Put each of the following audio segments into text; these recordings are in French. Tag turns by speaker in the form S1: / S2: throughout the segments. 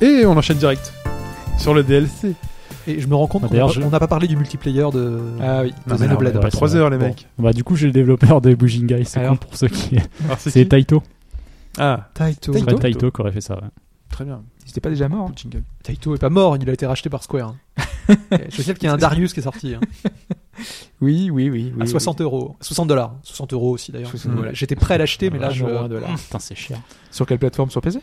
S1: Et on enchaîne direct sur le DLC.
S2: Et je me rends
S3: Ah,
S2: compte
S4: Bah,
S2: qu'on
S4: d'ailleurs,
S2: n'a
S4: je-
S2: pas- on n'a pas parlé du multiplayer de,
S4: Ah oui.
S2: de
S1: Non, mais alors,
S2: Xenoblade.
S4: on va-
S1: 3
S4: ça va.
S1: heures les
S4: Bon.
S1: mecs.
S4: Bah, du coup, j'ai le développeur de Bujingai, c'est
S2: Alors
S4: con pour ceux qui.
S1: Alors,
S4: C'est
S1: qui
S4: Taito.
S1: Ah,
S2: Taito.
S4: Ouais,
S1: Taito.
S2: Taito.
S4: Taito qui aurait fait ça. ouais.
S1: très bien.
S2: C'était pas déjà mort. hein.
S1: Jingle.
S2: Taito est pas mort, il a été racheté par Square. hein. Je sais qu'il y a un Darius qui est sorti hein,
S3: Oui, oui, oui.
S2: à 60 euros, 60 dollars, 60 euros aussi d'ailleurs.
S4: Mmh.
S3: 60
S2: Voilà, J'étais prêt à l'acheter, mais là je
S4: Vraiment, de la- Putain, c'est cher.
S3: Sur quelle plateforme Sur PC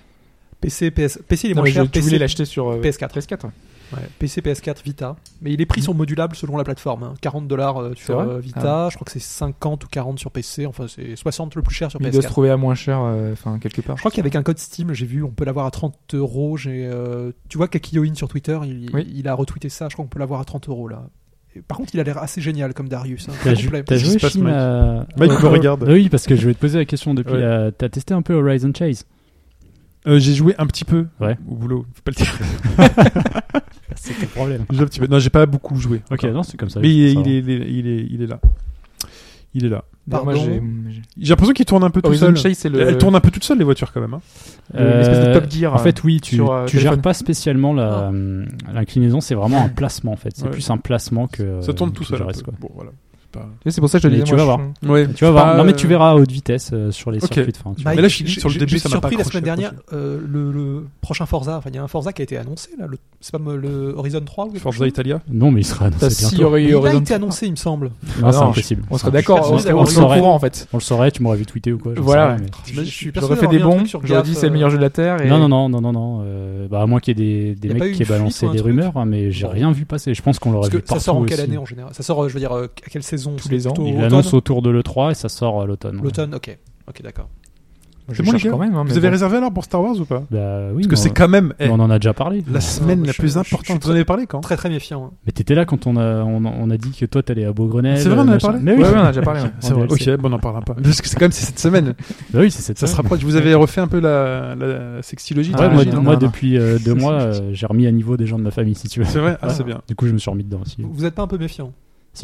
S2: PC, PS, PC il est
S3: Non,
S2: moins
S3: mais je-
S2: cher.
S3: Tu
S2: PC,
S3: voulais l'acheter sur euh,
S2: PS4.
S3: PS4.
S2: Ouais, PC, PS4, Vita. Mais les prix sont modulables selon la plateforme. hein. 40 dollars euh, sur
S3: vrai Ah.
S2: euh, Vita, je crois que c'est 50 ou 40 sur PC, enfin c'est 60 le plus cher sur
S3: Il doit se
S2: PS4.
S3: trouver à moins cher, euh, enfin, quelque part.
S2: Je crois qu'avec un code Steam, j'ai vu, on peut l'avoir à 30 euros. J'ai, euh, tu vois, Kakioin sur Twitter, il,
S3: Oui.
S2: il a retweeté ça. Je crois qu'on peut l'avoir à 30 euros là. Et par contre, il a l'air assez génial comme Darius. hein,
S4: T'as
S2: très
S4: ju-
S2: complet.
S4: t'as
S1: Qu'est-ce qui
S4: joué
S1: se passe,
S4: Chine
S1: Mike
S4: à-
S1: Mike
S4: au-
S1: me regarde.
S4: Ah Oui, parce que je vais te poser la question depuis.
S1: Ouais.
S4: euh, T'as testé un peu Horizon Chase
S1: Euh, j'ai joué un petit peu
S4: Ouais.
S1: au boulot. Faut pas le dire. Bah,
S4: C'est ton problème.
S1: J'ai joué un petit peu. Non, j'ai pas beaucoup joué.
S4: Ok, non, c'est comme ça.
S1: Mais il est,
S4: Ça
S1: il, est, il, est, il, est, il est là. Il est là.
S2: Pardon.
S3: Moi, j'ai- j'ai-
S1: J'ai l'impression qu'il tourne un
S4: Oh,
S1: peu tout
S3: Horizon
S1: seul.
S3: Chase, c'est le.
S1: Elle tourne un peu toute seule les voitures quand même. hein.
S4: va.
S3: le- l'espèce de
S4: Euh,
S3: Top Gear.
S4: En fait, oui, tu,
S3: sur, euh,
S4: tu gères
S3: téléphone.
S4: pas spécialement la- euh, l'inclinaison, c'est vraiment un placement en fait. C'est
S1: Ah. Ouais.
S4: plus un placement que. euh,
S1: Ça tourne
S4: que
S1: tout
S4: du
S1: seul. un
S4: reste,
S1: peu.
S4: quoi.
S1: Bon, voilà. C'est pas-
S3: Tu sais, C'est pour ça que je te
S4: Mais
S3: disais.
S4: tu
S3: moi,
S4: vas
S3: je
S4: voir.
S3: suis-
S1: Ouais.
S4: Tu vas voir.
S1: Pas,
S4: non, mais
S1: euh,
S4: tu verras à haute vitesse euh, sur les
S1: Ok. Bah,
S4: circuits de fin. tu vois.
S1: Mais là, je suis-
S2: j'ai-
S1: sur le
S2: j'ai-
S1: début,
S2: j'ai
S1: ça m'a
S2: surpris
S1: pas
S2: la semaine
S1: accroché,
S2: dernière, euh, le, le prochain Forza, enfin il y a un Forza qui a été annoncé là, le- c'est pas me- le Horizon 3 ou quelque
S1: Forza
S2: chose
S1: Italia.
S4: Non, mais il sera
S1: Bah,
S3: T'as-
S4: annoncé
S3: s'il
S4: bientôt.
S3: y aurait
S2: Mais
S3: eu
S2: Il a
S3: Horizon
S2: été
S3: 3,
S2: annoncé, il me semble.
S4: Non, c'est
S3: non,
S4: impossible.
S3: On serait
S4: C'est
S3: d'accord, on
S4: impossible.
S3: serait
S4: On
S3: on
S4: le
S3: serait au
S4: saurait.
S3: courant en fait.
S4: On le saurait, tu m'aurais vu tweeter ou quoi. j'en
S3: Voilà.
S4: sais rien, mais-
S2: Je, suis
S3: J'aurais
S2: persuadé
S3: fait des
S2: d'avoir mis un
S3: bons,
S2: truc sur
S3: j'aurais
S2: Gap,
S3: dit c'est le
S2: euh,
S3: meilleur jeu de la Terre. et-
S4: Non, non, non, non, non, non. euh, bah, à moins qu'il y ait des, des
S2: Y a pas eu
S4: mecs qui
S2: une
S4: aient
S2: fuite
S4: balancé
S2: ou un
S4: des
S2: truc
S4: rumeurs, hein, mais j'ai
S2: Bon.
S4: rien vu passer. Je pense qu'on l'aurait
S2: Parce
S4: vu
S2: que
S4: partout
S2: ça sort en quelle
S4: aussi.
S2: année en général Ça sort, euh, je veux dire, euh, à quelle saison
S3: Tous
S2: C'est
S3: les ans.
S2: plutôt
S4: Il
S2: automne
S4: l'annonce autour de l'E3 et ça sort à l'automne. ouais.
S2: L'automne, ok. Ok, d'accord.
S3: Je
S1: C'est bon, les
S3: cherche
S1: gars
S3: quand même. hein, mais
S1: Vous avez
S3: bon.
S1: réservé alors pour Star Wars ou pas
S4: Bah oui,
S1: Parce que
S4: mais
S1: c'est
S4: on-
S1: quand même eh,
S4: mais on en a déjà parlé.
S1: la semaine
S2: je-
S1: la
S2: je-
S1: plus
S2: je- je suis
S1: importante. Vous en
S2: très-
S1: avez parlé quand
S2: Très très méfiant. hein.
S4: Mais t'étais là quand on a, on, a- on a dit que toi t'allais à Beaugrenelle.
S1: C'est vrai, on en avait
S4: machin.
S1: parlé
S4: Mais oui,
S3: Ouais, ouais, on a déjà parlé. ouais.
S1: C'est vrai. Ok, bon, on en parlera pas. Parce que c'est quand même c'est cette semaine.
S4: Bah oui, c'est cette
S1: Ça se
S4: semaine.
S1: rapproche. Vous avez refait un peu la, la sextilogie.
S4: Ouais,
S3: Ah,
S4: moi,
S1: j'imagine,
S3: non,
S1: hein
S4: moi,
S3: non, non.
S4: depuis euh, deux mois, euh, j'ai remis à niveau des gens de ma famille, si tu veux.
S1: C'est vrai. Ah,
S3: Ouais.
S1: c'est bien.
S4: Du coup, je me suis remis dedans aussi,
S2: Vous vous êtes pas un peu méfiant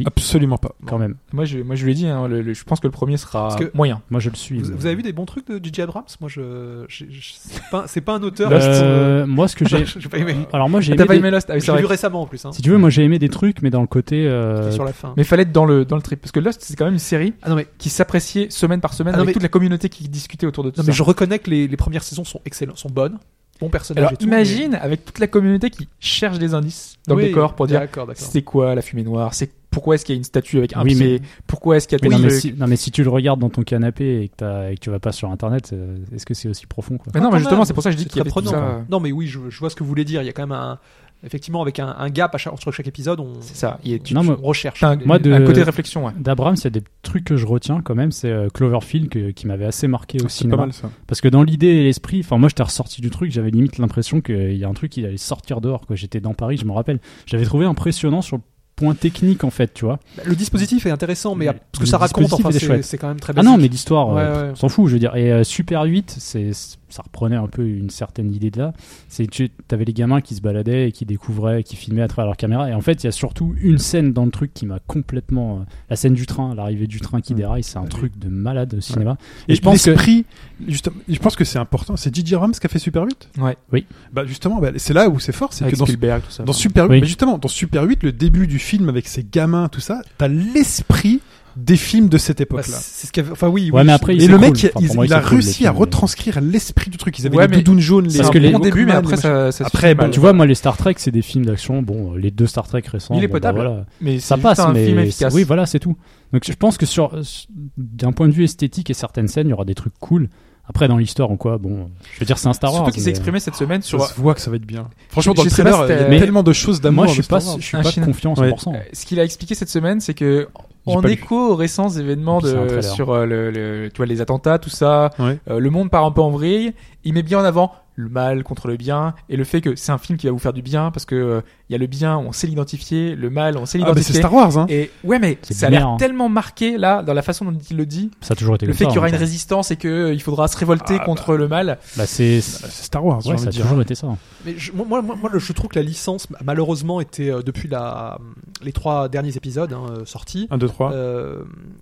S1: Absolument pas.
S4: quand même.
S3: Moi, je, moi, je lui ai dit, hein, le- le- je pense que le premier sera
S2: Parce que-
S3: moyen.
S4: Moi, je le suis. Euh,
S2: vous,
S4: mais-
S2: vous avez vu des bons trucs de DJ Abrams Moi, je, je- je- c'est pas, c'est pas un
S4: Euh,
S2: auteur. euh,
S4: Moi, ce que j'ai.
S2: j'ai pas aimé.
S4: Alors, moi, j'ai
S3: Ah, T'as
S4: aimé.
S3: pas
S4: des-
S3: aimé Lost Ah oui,
S2: Je
S3: c'est
S2: l'ai
S3: vrai.
S2: vu récemment en plus. Hein.
S4: Si tu veux, moi, j'ai aimé des trucs, mais dans le côté. euh,
S2: sur la fin.
S3: Mais fallait être dans le, dans le trip. Parce que Lost, c'est quand même une série
S2: Ah non mais,
S3: qui s'appréciait semaine par semaine
S2: Ah, non,
S3: avec
S2: mais-
S3: toute la communauté qui discutait autour de tout
S2: non,
S3: ça.
S2: mais je reconnais que les, les premières saisons sont excellentes, sont bonnes, bons personnages
S3: Alors
S2: et tout.
S3: imagine avec toute la communauté qui cherche des indices
S2: mais-
S3: dans
S2: Oui,
S3: le décor pour dire
S2: D'accord, d'accord.
S3: c'est quoi la fumée noire, c'est pourquoi est-ce qu'il y a une statue avec un
S4: Oui,
S3: pied, pourquoi est-ce qu'il y a
S4: Mais
S3: des
S4: non, mais
S3: trucs.
S4: si, non, mais si tu le regardes dans ton canapé et que, t'as- et que tu vas pas sur internet, c'est- est-ce que c'est aussi profond quoi
S3: Mais non,
S2: Ah,
S3: mais
S2: quand
S3: justement,
S2: même.
S3: c'est pour ça que je dis
S2: C'est
S3: qu'il y
S2: très
S3: avait tout
S2: prenant,
S3: ça.
S2: Non mais oui, je, je vois ce que vous voulez dire. Il y a quand même un, effectivement avec un, un gap à chaque, entre chaque épisode, on,
S3: C'est ça. Il y a tu-
S4: Non,
S2: on
S4: moi-
S2: recherche.
S3: t'as un,
S2: Les-
S4: moi, de-
S3: un côté réflexion, ouais.
S4: D'Abrams, il y a des trucs que je retiens quand même. C'est euh, Cloverfield que- qui m'avait assez marqué au
S1: C'est pas
S4: cinéma.
S1: mal ça.
S4: Parce que dans l'idée et l'esprit, enfin moi j'étais ressorti du truc, j'avais limite l'impression qu'il y a un truc qui allait sortir dehors. quoi. J'étais dans Paris, je me rappelle. J'avais trouvé impressionnant sur le point technique en fait, tu vois.
S2: Bah, Le dispositif est intéressant, mais
S4: Le-
S2: parce que
S4: le
S2: ça raconte,
S4: dispositif
S2: enfin,
S4: était
S2: c'est
S4: chouette.
S2: c'est quand même très
S4: Ah
S2: basique.
S4: non, mais l'histoire,
S2: Ouais,
S4: euh,
S2: ouais.
S4: on s'en fout, je veux dire. Et euh, Super 8, c'est ça reprenait un peu une certaine idée de là. C'est tu avais les gamins qui se baladaient et qui découvraient, qui filmaient à travers leur caméra. Et en fait, il y a surtout une scène dans le truc qui m'a complètement euh, la scène du train, l'arrivée du train qui
S1: Mm.
S4: déraille, c'est un
S1: Ouais.
S4: truc de malade au cinéma.
S1: Et,
S4: Et je pense que
S1: l'esprit, justement, je pense que c'est important. C'est J.J. Rams qui a fait Super 8
S3: Ouais.
S4: Oui.
S1: Bah justement, bah, c'est là où c'est fort, c'est
S3: Avec
S1: que dans,
S3: Spielberg, tout ça.
S1: dans Super 8,
S4: Oui.
S1: bah, justement, dans Super 8, le début du film avec ses gamins, tout ça, t'as l'esprit des films de cette
S2: Bah,
S1: époque-là.
S2: c'est ce qu'il y avait- Enfin oui, oui,
S4: Ouais, mais
S2: je-
S4: après,
S1: et le
S4: s'écroule.
S1: mec,
S4: Enfin, pour
S1: il,
S4: moi,
S1: il a
S4: s'écroule,
S1: réussi
S4: le
S1: à
S4: film, mais-
S1: retranscrire l'esprit du truc. Ils avaient
S3: Ouais,
S1: les
S3: mais-
S1: doudounes jaunes, les
S3: C'est
S4: Parce
S3: un
S4: que les-
S3: bon
S1: Wonder
S3: début, mais
S1: Woman,
S3: après
S1: les
S3: ça, ça se
S1: Après,
S3: finit
S1: bon,
S3: mal.
S4: Tu vois, moi, les Star Trek, c'est des films d'action. Bon, euh, les deux Star Trek récents.
S3: Il est
S4: bon, bah,
S3: potable.
S4: voilà.
S3: mais
S4: ça
S3: c'est
S4: passe,
S3: juste un
S4: mais
S3: film efficace.
S4: oui, voilà, c'est tout. Donc je pense que sur euh, s- d'un point de vue esthétique et certaines scènes, il y aura des trucs cool. Après, dans l'histoire, en quoi, bon, je veux dire, c'est un Star Wars.
S3: Surtout qu'il s'est
S4: mais-
S3: exprimé cette semaine
S1: Ça
S3: sur
S1: se voit que ça va être bien. Franchement, dans
S3: Je
S1: le
S3: sais pas
S1: trailer,
S3: si t'as-
S1: il y a
S4: Mais-
S1: tellement de choses d'amour.
S4: Moi, je suis
S1: dans
S4: pas,
S1: Star Wars.
S4: je suis
S3: Un
S4: pas
S3: chien.
S4: confiant à
S1: Ouais.
S4: 100%.
S3: Euh, ce qu'il a expliqué cette semaine, c'est que en
S4: Oh. pas lu.
S3: écho aux récents événements
S4: Puis c'est un
S3: de,
S4: trailer.
S3: sur euh, le, le- tu vois, les attentats, tout ça,
S1: Ouais.
S3: euh, le monde part un peu en vrille. Il met bien en avant le mal contre le bien et le fait que c'est un film qui va vous faire du bien parce que euh, il y a le bien, on sait l'identifier, le mal, on sait
S1: Ah, bah, c'est
S3: l'identifier.
S1: Star Wars, hein.
S3: et ouais, mais
S4: C'est
S3: ça a l'air
S4: bien, hein.
S3: tellement marqué là dans la façon dont il le dit,
S4: Ça a toujours été
S3: le
S4: comme
S3: fait
S4: ça,
S3: qu'il y aura
S4: en
S3: une
S4: même
S3: résistance et que euh, il faudra se révolter
S1: Ah,
S3: contre le mal.
S4: temps. Bah, c'est,
S1: C'est Star Wars, j'ai
S4: ouais,
S1: envie
S4: ça a
S1: de dire.
S4: toujours été ça. hein.
S2: Mais je, moi, moi, moi, moi, le- je trouve que la licence, malheureusement, était euh, depuis la, les trois derniers épisodes hein, euh, sortis.
S1: 1, 2, 3.
S2: euh,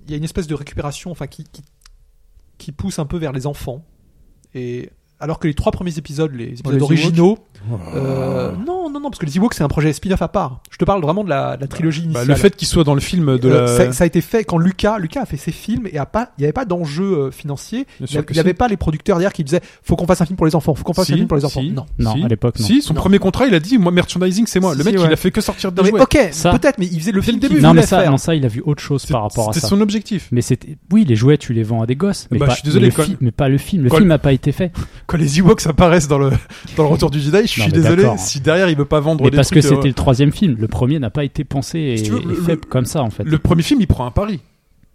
S2: Il y a une espèce de récupération, enfin, qui, qui, qui pousse un peu vers les enfants. Et alors que les trois premiers épisodes, les épisodes
S3: les
S2: originaux, euh, non, non, non, parce que les Ewoks c'est un projet spin-off à part. Je te parle vraiment de la, de la trilogie
S1: Bah,
S2: initiale.
S1: le fait qu'il soit dans le film de
S2: Euh,
S1: la...
S2: ça, ça a été fait quand Lucas, Lucas a fait ses films et a pas, il n'y avait pas d'enjeu euh, financier.
S1: Bien
S2: Il
S1: sûr que
S2: n'y avait pas les producteurs derrière qui disaient faut qu'on fasse un film pour les enfants, faut qu'on fasse
S1: Si,
S2: un film pour les enfants.
S1: si.
S2: Non.
S4: Non,
S1: Si.
S4: à l'époque, non.
S1: Si, son premier contrat, il a dit moi merchandising c'est moi.
S3: Si,
S1: le mec
S3: si, ouais.
S1: il a fait que sortir des
S2: Non mais
S1: jouets.
S2: ok,
S4: Ça-
S2: peut-être, mais il faisait
S1: Dès
S2: le
S1: le
S2: film
S1: début,
S2: qu'il
S1: il
S4: non, mais
S2: voulait
S4: ça,
S2: faire.
S4: non, ça, il a vu autre chose
S1: C'est-
S4: par rapport à
S1: C'était
S4: ça.
S1: son objectif.
S4: Mais c'était, oui, les jouets, tu les vends à des gosses, mais
S1: Bah,
S4: pas,
S1: je suis désolé,
S4: mais le
S1: quand-
S4: fi- mais pas le film. Le
S1: quand-
S4: film n'a pas été fait.
S1: Quand les Ewoks apparaissent dans le dans le retour du Jedi, je suis
S4: Non, mais
S1: désolé
S4: d'accord.
S1: si derrière il veut pas vendre
S4: Mais
S1: des
S4: parce que
S1: trucs, euh,
S4: c'était le troisième film. Le premier n'a pas été pensé et,
S1: Si tu veux,
S4: et
S1: le-
S4: fait
S1: le-
S4: comme ça, en fait.
S1: le premier film, il prend un pari.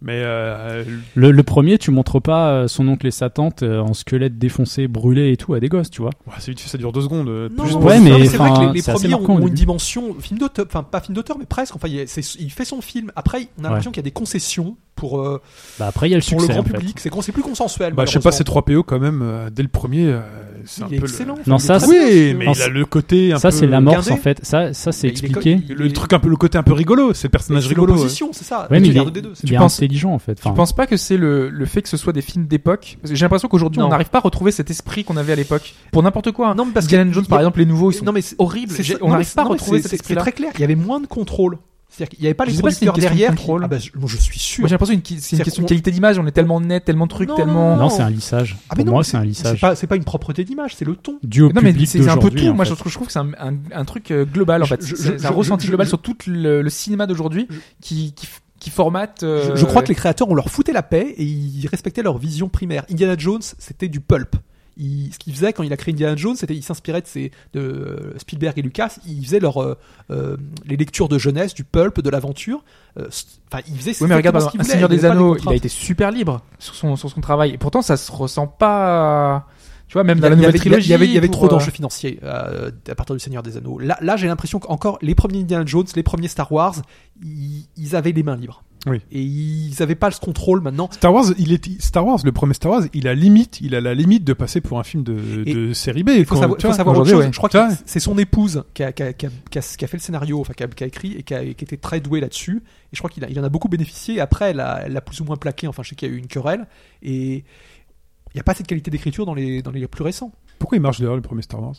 S1: Mais euh,
S4: Le, le premier, tu montres pas euh, son oncle et sa tante euh, en squelette défoncé, brûlé et tout à des gosses, tu vois.
S1: ouais, c'est vite fait, ça dure deux secondes. euh,
S2: Non,
S1: juste
S2: non,
S1: pour-
S4: Ouais,
S2: c'est-
S4: mais
S2: non, c'est vrai
S4: enfin,
S2: que les, les
S4: c'est assez
S2: premiers ont,
S4: marquant au
S2: ont une
S4: début.
S2: dimension film d'auteur, enfin pas film d'auteur, mais presque. Enfin, il y a- c'est- il fait son film. Après, on a l'impression qu'il y a des concessions pour, euh,
S4: Bah, après, il y a le
S2: pour
S4: succès.
S2: le grand
S4: en fait.
S2: public. C'est con- c'est plus consensuel.
S1: Bah, je sais pas, c'est 3PO
S2: malheureusement.
S1: quand même, euh, dès le premier, euh, c'est un
S2: Il est
S1: peu le- Ah
S2: excellent.
S4: Non,
S2: Enfin,
S4: ça,
S2: il est
S1: Oui,
S2: très bien,
S1: mais
S2: ce-
S4: Non,
S1: il a le côté un
S4: Ça,
S1: peu-
S4: c'est l'amorce,
S2: gardé.
S4: en fait. Ça, ça, c'est
S3: Bah,
S2: Mais il est co-
S4: expliqué.
S2: il-
S1: Le truc un peu, le côté un peu rigolo, c'est le personnage
S2: c'est
S1: rigolo. hein. ouais.
S2: l'opposition, c'est ça.
S4: Ouais, mais
S2: Tu
S4: il
S2: gardes
S4: est,
S2: des deux, c'est
S4: il
S3: Tu
S4: est
S3: penses-
S4: intelligent, en fait.
S3: Tu
S4: Enfin,
S3: penses pas que c'est le, le fait que ce soit des films d'époque Parce que J'ai l'impression qu'aujourd'hui,
S2: Non.
S3: on n'arrive pas à retrouver cette esprit qu'on avait à l'époque. Pour n'importe quoi. hein.
S2: Non, mais parce que
S3: Indiana Jones, par exemple, les nouveaux, ils sont
S2: non mais c'est-
S3: horribles.
S2: c'est-
S3: J'ai-
S2: non,
S3: On
S2: mais
S3: n'arrive
S2: c'est-
S3: pas à
S2: non, mais
S3: retrouver
S2: c'est-
S3: cet
S2: c'est- C'est
S3: esprit-là.
S2: très clair. Il y avait moins de contrôle. C'est-à-dire qu'il n'y avait pas les
S3: Je sais pas si c'est une
S2: producteurs
S3: question
S2: derrière.
S3: de
S2: qui-
S3: contrôle.
S2: Ah bah, je, bon, je suis sûr.
S3: Moi, j'ai l'impression que c'est une
S2: C'est-à-dire
S3: question de
S2: qu'on-
S3: qualité d'image. On est tellement net, tellement de trucs,
S2: Non,
S3: tellement.
S2: non,
S4: Non, c'est un lissage.
S2: Ah, mais
S4: Pour
S2: non,
S4: moi,
S2: mais
S4: c'est un lissage.
S2: C'est pas, c'est pas une propreté d'image, c'est le ton.
S4: Dû au
S3: Non, mais
S4: public
S3: c'est c'est un peu
S4: d'aujourd'hui,
S3: tout.
S4: en
S3: Moi,
S4: fait.
S3: je trouve, je trouve que c'est un, un- un truc euh, global en
S2: Je-
S3: fait.
S2: je-
S3: C'est
S2: je-
S3: c'est un
S2: je-
S3: ressenti
S2: je-
S3: global
S2: je-
S3: sur tout le, le cinéma d'aujourd'hui qui, qui, qui formate.
S2: Je,
S3: euh,
S2: je crois que les créateurs, on leur foutait la paix et ils respectaient leur vision primaire. Indiana Jones, c'était du pulp. Il- ce qu'il faisait quand il a créé Indiana Jones, c'était il s'inspirait de, ses, de euh, Spielberg et Lucas. Il faisait leur, euh, euh, les lectures de jeunesse, du pulp, de l'aventure. Euh, c'est- Enfin, il faisait
S3: Oui, mais regarde,
S2: exactement
S3: par
S2: ce
S3: exemple,
S2: qu'il
S3: un
S2: voulait,
S3: Seigneur
S2: il
S3: des
S2: avait pas de
S3: Anneaux, il
S2: contraintes.
S3: a été super libre sur son, sur son travail. Et pourtant, ça se ressent pas. Tu vois,
S2: Il
S3: même
S2: y
S3: dans la
S2: avait- il y
S3: nouvelle
S2: avait-
S3: trilogie.
S2: Il y avait, il y avait
S3: pour,
S2: trop
S3: euh,
S2: d'enjeux financiers euh, à partir du Seigneur des Anneaux. Là, là j'ai l'impression qu'encore les premiers Indiana Jones, les premiers Star Wars, ils, ils avaient les mains libres.
S1: Oui.
S2: Et ils avaient pas ce contrôle maintenant.
S1: Star Wars, il est Star Wars, le premier Star Wars, il a limite, il a la limite de passer pour un film de,
S2: Et-
S1: de série B. Il
S2: faut savoir, faut savoir autre chose. Je crois que
S1: Putain.
S2: c'est son épouse qui a, qui a- qui a- qui a- qui a fait le scénario, enfin qui a, qui a écrit et qui, a, qui était très douée là-dessus. Et je crois qu'il a- il en a beaucoup bénéficié. Après, elle a- elle l'a plus ou moins plaqué. Enfin, je sais qu'il y a eu une querelle. Et il n'y a pas cette qualité d'écriture dans les, dans les plus récents.
S1: Pourquoi il marche d'ailleurs le premier Star Wars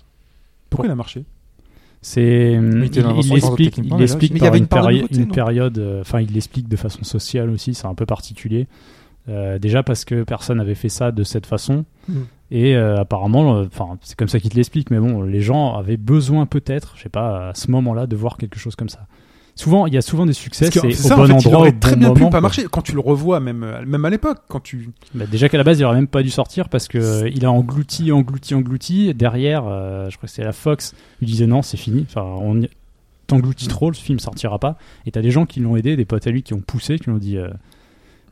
S1: Pourquoi il a marché
S4: C'est euh, il,
S3: était dans un
S4: il
S3: sens
S4: explique,
S3: techniquement,
S4: il
S3: déjà,
S4: explique
S2: mais il y
S4: par
S2: avait
S4: une,
S2: une part de
S4: péri-
S2: nouveauté,
S4: une
S2: non
S4: période, euh, enfin il l'explique de façon sociale aussi, c'est un peu particulier, Euh, déjà parce que personne n'avait fait ça de cette façon,
S2: Mm.
S4: et euh, apparemment, euh, enfin c'est comme ça qu'il te l'explique, mais bon, les gens avaient besoin peut-être, je sais pas, à ce moment-là, de voir quelque chose comme ça. Souvent, il y a souvent des succès,
S1: Parce que,
S4: c'est
S1: ça,
S4: au
S1: en
S4: bon
S1: fait, il
S4: endroit, au
S1: aurait
S4: bon
S1: très bien
S4: moment,
S1: pu pas
S4: quoi.
S1: marcher quand tu le revois même, euh, même à l'époque, quand tu.
S4: Bah, déjà qu'à la base, il aurait même pas dû sortir parce que euh, il a englouti, englouti, englouti. Derrière, euh, je crois que c'est la Fox, il disait non, c'est fini. Enfin, on y- t'engloutis trop, le film sortira pas. Et t'as des gens qui l'ont aidé, des potes à lui qui ont poussé, qui ont dit euh,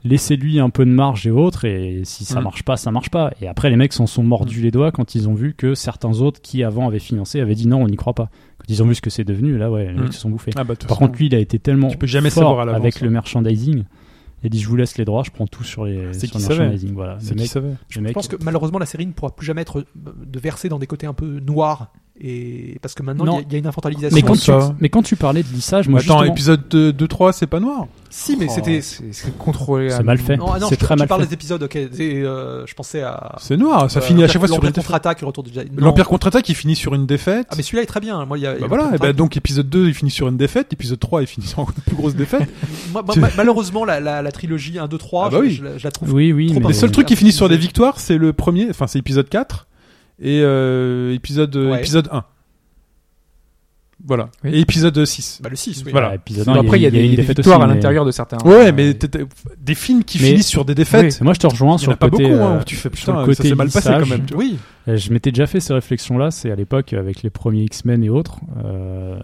S4: laissez-lui un peu de marge et autres. Et si ça
S1: Mm.
S4: marche pas, ça marche pas. Et après, les mecs s'en sont mordus les doigts quand ils ont vu que certains autres qui avant avaient financé avaient dit non, on n'y croit pas. Quand ils ont vu ce que c'est devenu, là, ouais, les
S1: Mm.
S4: mecs se sont bouffés.
S1: Ah bah, de toute
S4: Par
S1: façon,
S4: contre, lui, il a été tellement
S1: Tu peux jamais
S4: fort
S1: savoir à l'avance,
S4: avec
S1: hein.
S4: le merchandising. Il a dit je vous laisse les droits, je prends tout sur les
S1: C'est
S4: sur
S1: qu'il
S4: le
S1: savait.
S4: merchandising. Voilà.
S1: c'est
S4: Le
S1: qui
S4: mec-
S1: savait.
S4: le mec-
S2: Je pense que malheureusement la série ne pourra plus jamais être euh, de verser dans des côtés un peu noirs et parce que maintenant
S4: Non.
S2: il y a- il y, a une infantilisation.
S4: mais, quand tu,
S1: ça.
S4: mais quand tu parlais de lissage, moi
S1: Attends,
S4: justement,
S1: épisode 2-3, c'est pas noir
S2: si mais
S3: oh,
S2: c'était
S3: c'est c'est contrôlé.
S4: C'est
S3: à-
S4: mal fait.
S2: non, ah non,
S4: c'est
S2: je,
S4: très
S2: je
S4: mal
S2: parle
S4: fait.
S2: des épisodes ok des, euh, je pensais à
S1: C'est noir, ça
S2: euh,
S1: finit à chaque fois sur une
S2: l'Empire
S1: défaite.
S2: contre-attaque le retour du Jedi. Non.
S1: L'Empire contre-attaque, il finit sur une défaite.
S2: ah mais celui-là est très bien moi il y a
S1: Bah voilà, et bah donc épisode 2 il finit sur une défaite, épisode 3 il finit sur encore une plus grosse défaite.
S2: Moi- moi- ma- malheureusement la, la, la trilogie 1 2 3
S1: Ah bah
S2: je,
S1: oui.
S2: je la, je la trouve
S4: Oui, oui.
S2: Trop
S4: mais-
S1: le seul truc qui
S2: Après,
S1: finit sur
S2: vous-
S1: des victoires, c'est le premier, enfin c'est épisode 4 et euh, épisode, euh,
S2: Ouais.
S1: épisode 1. Voilà.
S3: Oui.
S1: Et épisode 6.
S2: bah, le 6 oui.
S1: Voilà.
S4: épisode
S3: Bon,
S4: un,
S3: Après, il y a
S4: eu
S3: des
S4: une
S3: des
S4: défaite
S3: victoires
S4: aussi,
S3: à
S4: mais-
S1: hein.
S3: l'intérieur de certains.
S1: ouais,
S3: euh,
S1: mais t'es- t'es- des films qui
S4: Mais-
S1: finissent sur des défaites,
S4: Moi, je te rejoins
S1: il y
S4: sur
S1: en a
S4: le
S1: pas
S4: côté.
S1: beaucoup hein,
S4: euh,
S1: où tu fais
S4: sur le
S1: putain,
S4: côté
S1: ça s'est mal passé quand
S4: lissage.
S1: même.
S2: oui
S4: Euh, Je m'étais déjà fait ces réflexions-là, c'est à l'époque avec les premiers X-Men et autres. euh,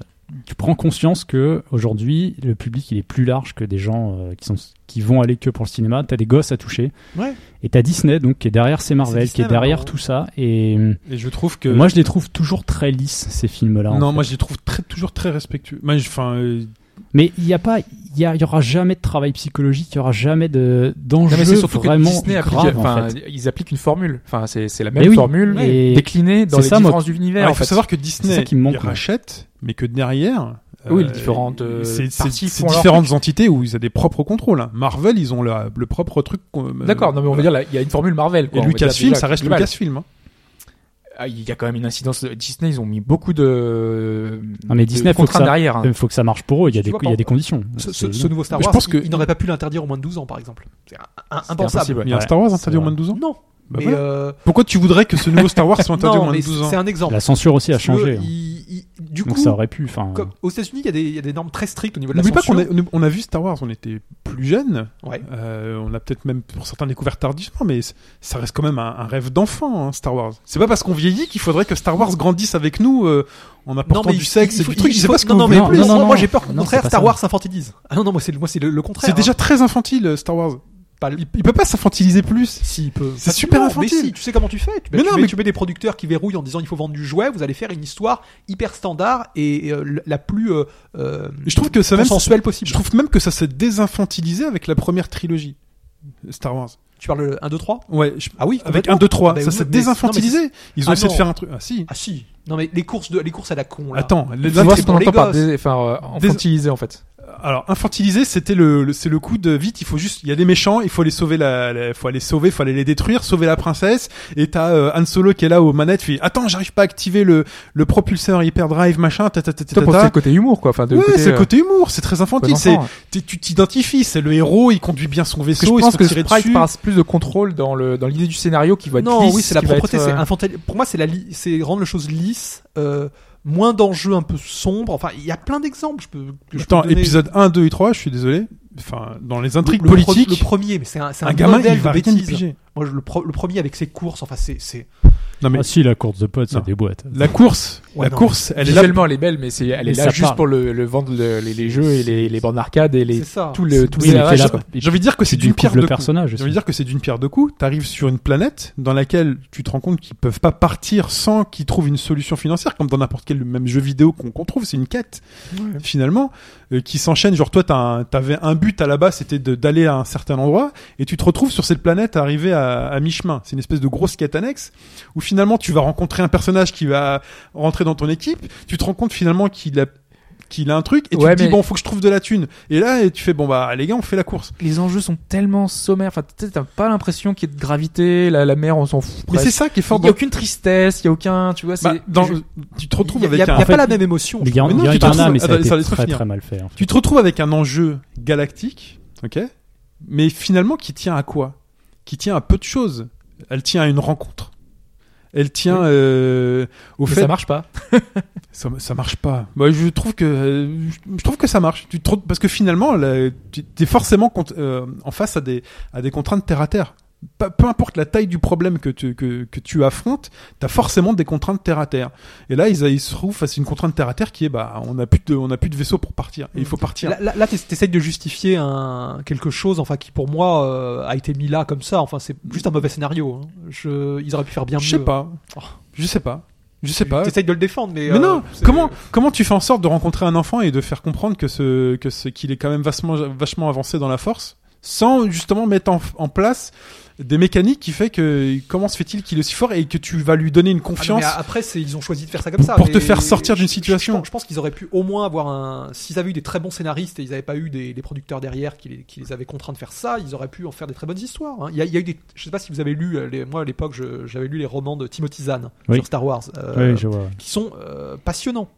S4: tu prends conscience que aujourd'hui, le public il est plus large que des gens euh, qui sont qui vont aller que pour le cinéma. T'as des gosses à toucher.
S2: Ouais.
S4: Et t'as Disney donc qui est derrière ces Marvel,
S2: Disney,
S4: qui est derrière
S2: maintenant.
S4: tout ça. Et
S1: Et je trouve que
S4: moi, je les trouve toujours très lisses ces films-là. en
S1: Euh, non,
S4: fait.
S1: moi je les trouve très, toujours très respectueux. Moi, je- Enfin, euh,
S4: Mais il n'y a pas, il y, a- il y aura jamais de travail psychologique, il y aura jamais de
S3: Non,
S4: d'enjeu
S3: mais c'est surtout que
S4: vraiment
S3: Disney applique,
S4: grave
S3: enfin,
S4: en fait.
S3: ils appliquent une formule. Enfin, c'est c'est la
S4: Mais
S3: même
S4: oui.
S3: formule
S4: Et-
S3: déclinée dans
S4: C'est
S3: les
S4: ça, moi.
S3: différences du univers.
S1: alors,
S3: Eh, en
S1: il faut
S3: fait.
S1: savoir que Disney
S4: ça qui me manque,
S1: ils
S4: moi.
S1: rachètent, mais que derrière.
S3: Oui, les différentes, euh,
S1: c'est- c'est-
S3: parties
S1: c'est
S3: font leur
S1: différentes entités où ils ont des propres contrôles. hein. Marvel, ils ont la- le propre truc. qu'on- euh,
S3: D'accord, non mais on va
S1: voilà.
S3: dire là, il y a une formule Marvel. Quoi,
S1: Et
S3: on va dire
S1: Lucasfilm,
S3: déjà
S1: ça reste
S3: global.
S1: Lucasfilm. hein.
S3: ah, il y a quand même une incidence. Disney, ils ont mis beaucoup de,
S4: Non, mais
S3: de
S4: Disney, faut que
S3: contraintes
S4: ça- Euh,
S3: derrière. hein.
S4: Il faut que ça marche pour eux. Il y a
S2: Tu
S4: des,
S2: vois,
S4: il y a des
S2: par-
S4: conditions.
S2: Ce, ce-
S4: C'est-
S2: ce nouveau Star
S1: Mais je
S2: Wars,
S1: pense
S2: il-
S1: que-
S2: il n'aurait pas pu l'interdire au moins de 12 ans, par exemple. C'est un- un-
S3: C'était
S2: impensable.
S3: impossible, ouais.
S1: Il y a un
S4: Ouais,
S1: Star Wars
S4: c'est
S1: interdit au
S4: vrai.
S1: moins de 12 ans
S2: Non,
S1: Bah
S2: mais
S1: voilà.
S2: euh,
S1: Pourquoi tu voudrais que ce nouveau Star Wars soit interdit
S2: non,
S1: au moins
S2: mais
S1: de 12 ans
S2: c'est un exemple.
S4: La censure aussi a
S2: Si tu veux,
S4: changé. hein.
S2: il- il- du coup,
S4: Donc ça aurait pu. Enfin, euh,
S2: comme- aux États-Unis, il y, a des- il y a des normes très strictes au niveau de la
S1: N'oublie pas
S2: censure.
S1: qu'on a, on a vu Star Wars, on était plus jeunes,
S2: Ouais.
S1: euh, on a peut-être même pour certains découvert tardivement, mais c- ça reste quand même un, un rêve d'enfant, hein, Star Wars. C'est pas parce qu'on vieillit qu'il faudrait que Star Wars grandisse avec nous euh, en apportant
S2: mais il-
S1: du sexe
S2: il
S1: et
S2: faut-
S1: du truc.
S2: il
S1: Je sais
S2: faut-
S1: pas ce que
S2: non, non,
S1: vous
S2: mais
S1: voulez.
S4: Non,
S2: plus,
S4: non,
S2: moi,
S4: non,
S2: moi, j'ai peur qu'au
S4: non,
S2: contraire
S4: c'est pas
S2: Star
S4: ça.
S2: Wars s'infantilise. Ah non non moi c'est le- moi c'est le, le contraire.
S1: C'est déjà
S2: hein.
S1: très infantile euh, Star Wars.
S2: Pas le-
S1: Il, il peut pas s'infantiliser plus.
S2: si il peut.
S1: C'est
S2: Facilement,
S1: super infantile.
S2: Mais si, tu sais comment tu fais tu,
S1: Mais
S2: tu
S1: non,
S2: mets,
S1: mais-
S2: tu mets des producteurs qui verrouillent en disant il faut vendre du jouet, vous allez faire une histoire hyper standard et euh, la plus euh, euh,
S1: Et je trouve que ça même,
S2: consensuelle possible.
S1: je trouve même que ça s'est désinfantilisé avec la première trilogie euh, Star Wars.
S2: Tu parles le 1 2 3
S1: Ouais, je-
S2: Ah oui,
S1: avec
S2: complètement.
S1: 1 2 3,
S2: Ah bah
S1: ça
S2: oui,
S1: s'est
S2: mais- non,
S1: désinfantilisé. Ils ont
S2: Ah
S1: essayé
S2: non.
S1: de faire un truc. Ah si.
S2: Ah si. Non mais les courses de les courses à la con là.
S1: Attends, là,
S3: Tu vois
S1: t'es-
S3: ce qu'on
S2: pour les
S3: entend par
S2: gosses.
S3: dés- enfin, euh,
S1: Dés-
S3: infantilisé en fait.
S1: Alors infantilisé, c'était le, le- c'est le coup de vite. Il faut juste, il y a des méchants, il faut les sauver, la, la- faut aller sauver, faut aller les détruire, sauver la princesse. Et t'as euh, Han Solo qui est là aux manettes, fait attends, j'arrive pas à activer le le propulseur hyperdrive machin, ta ta ta ta.
S3: Toi, pour c'est
S1: ta.
S3: le côté humour quoi. Enfin, de
S1: Ouais,
S3: côté,
S1: c'est le
S3: euh,
S1: côté humour, c'est très
S3: bon
S1: infantile. C'est
S3: enfant.
S1: t'es- tu t'identifies, c'est le héros, il conduit bien son
S3: Parce que
S1: vaisseau,
S3: je
S1: il
S3: pense
S1: se
S3: que
S1: fait tirer
S3: Sprite
S1: dessus.
S3: passe plus de contrôle dans le dans l'idée du scénario qui va être
S2: non,
S3: lisse,
S2: oui, c'est la
S3: qui va
S2: propreté,
S3: être,
S2: c'est
S3: euh,
S2: infantil. Pour moi, c'est la li- c'est rendre les choses lisses, euh, moins d'enjeux un peu sombres. Enfin, il y a plein d'exemples. Je peux, que je peux
S1: Attends,
S2: donner.
S1: épisode 1, 2 et 3, je suis désolé. Enfin, dans les
S2: Le-
S1: intrigues
S2: le, pro-
S1: politiques,
S2: le premier, mais c'est un, c'est
S1: un,
S2: un
S1: gamin
S2: modèle
S1: il va
S2: de
S1: rien y
S2: bêtise.
S1: piger.
S2: Moi, je- le, pro- le premier avec ses courses, enfin, c'est c'est
S1: Non mais
S4: Ah si, la course de potes, ça
S1: Non.
S4: déboîte.
S1: la course,
S2: Ouais,
S1: la
S2: non,
S1: course, elle est là.
S3: Visuellement, elle est belle, mais c'est elle est
S4: Mais
S3: là
S4: ça
S3: juste
S4: parle.
S3: pour le, le vendre le- les, les jeux et les, les bandes d'arcade et les
S2: c'est ça.
S3: tout le tout
S4: Oui, mais t'es là-
S1: J'ai envie de dire que c'est
S4: tu
S1: d'une
S4: découvres
S1: pierre
S4: le
S1: deux coups.
S4: personnage.
S1: Je
S4: aussi.
S1: veux dire que c'est d'une pierre deux coups. T'arrives sur une planète dans laquelle tu te rends compte qu'ils peuvent pas partir sans qu'ils trouvent une solution financière, comme dans n'importe quel même jeu vidéo qu'on qu'on trouve. C'est une quête finalement euh, qui s'enchaîne. Genre toi, t'as un- t'avais un but à la base, c'était de- d'aller à un certain endroit, et tu te retrouves sur cette planète arrivé à, à mi-chemin. C'est une espèce de grosse quête annexe où finalement tu vas rencontrer un personnage qui va rentrer dans ton équipe. Tu te rends compte finalement qu'il a qu'il a un truc et tu
S3: Ouais,
S1: te dis
S3: mais-
S1: bon faut que je trouve de la thune et là et tu fais bon bah les gars on fait la course
S3: les enjeux sont tellement sommaires. Enfin, tu sais, t'as pas l'impression qu'il y ait de gravité. La, la mer, on s'en fout.
S1: mais c'est
S3: presque.
S1: ça qui est fort
S3: il y a aucune tristesse, il y a aucun, tu vois, c'est
S1: Bah, dans-
S3: je-
S1: tu te retrouves
S2: Il y a, il y
S1: avec
S2: a- il y a
S1: un,
S2: pas
S4: fait,
S2: la même émotion.
S4: Les gars,
S1: Mais non,
S4: mais
S1: tu te retrouves-
S4: mais ça a
S1: Attends,
S4: été
S1: ça laisse
S4: très
S1: finir.
S4: très mal fait. en fait.
S1: tu te retrouves avec un enjeu galactique, ok, mais finalement qui tient à quoi Qui tient à peu de choses. Elle tient à une rencontre. Elle tient euh, au
S3: mais
S1: fait
S3: ça marche pas.
S1: ça, ça marche pas. Moi, je trouve que euh, je- je trouve que ça marche. Tu te re- parce que finalement, là, tu es forcément cont- euh, en face à des à des contraintes terre à terre. Pas- peu importe la taille du problème que tu que, que tu affrontes, t'as forcément des contraintes terre à terre. Et là, ils, ils se trouvent face à une contrainte terre à terre qui est bah on a plus de on a plus de vaisseau pour partir. Et il faut partir.
S2: Mmh. Là, là, là, t'ess- t'essayes de justifier un quelque chose, enfin qui pour moi euh, a été mis là comme ça. Enfin, c'est juste un mauvais scénario. hein. Je, ils auraient pu faire bien mieux.
S1: je sais pas.
S2: Oh.
S1: Je sais pas. Je sais pas.
S2: T'essayes de le défendre, mais.
S1: Mais
S2: euh,
S1: non,
S2: c'est-
S1: comment comment tu fais en sorte de rencontrer un enfant et de faire comprendre que ce que ce qu'il est quand même vachement vachement avancé dans la force sans justement mettre en, en place des mécaniques qui fait que comment se fait-il qu'il est si fort et que tu vas lui donner une
S2: Ah non,
S1: confiance
S2: mais après, c'est- ils ont choisi de faire ça comme ça.
S1: Pour te
S2: mais-
S1: faire sortir d'une
S2: je- je-
S1: situation.
S2: Je, pense- je pense qu'ils auraient pu au moins avoir un. S'ils avaient eu des très bons scénaristes et ils n'avaient pas eu des, des producteurs derrière qui les, qui les avaient contraints de faire ça, ils auraient pu en faire des très bonnes histoires. hein. Il, y a, il y a eu des. Je sais pas si vous avez lu. euh, Les, moi, à l'époque, je- j'avais lu les romans de Timothy Zahn
S4: Oui.
S2: sur Star Wars, euh,
S4: Oui, je vois.
S2: qui sont euh, passionnants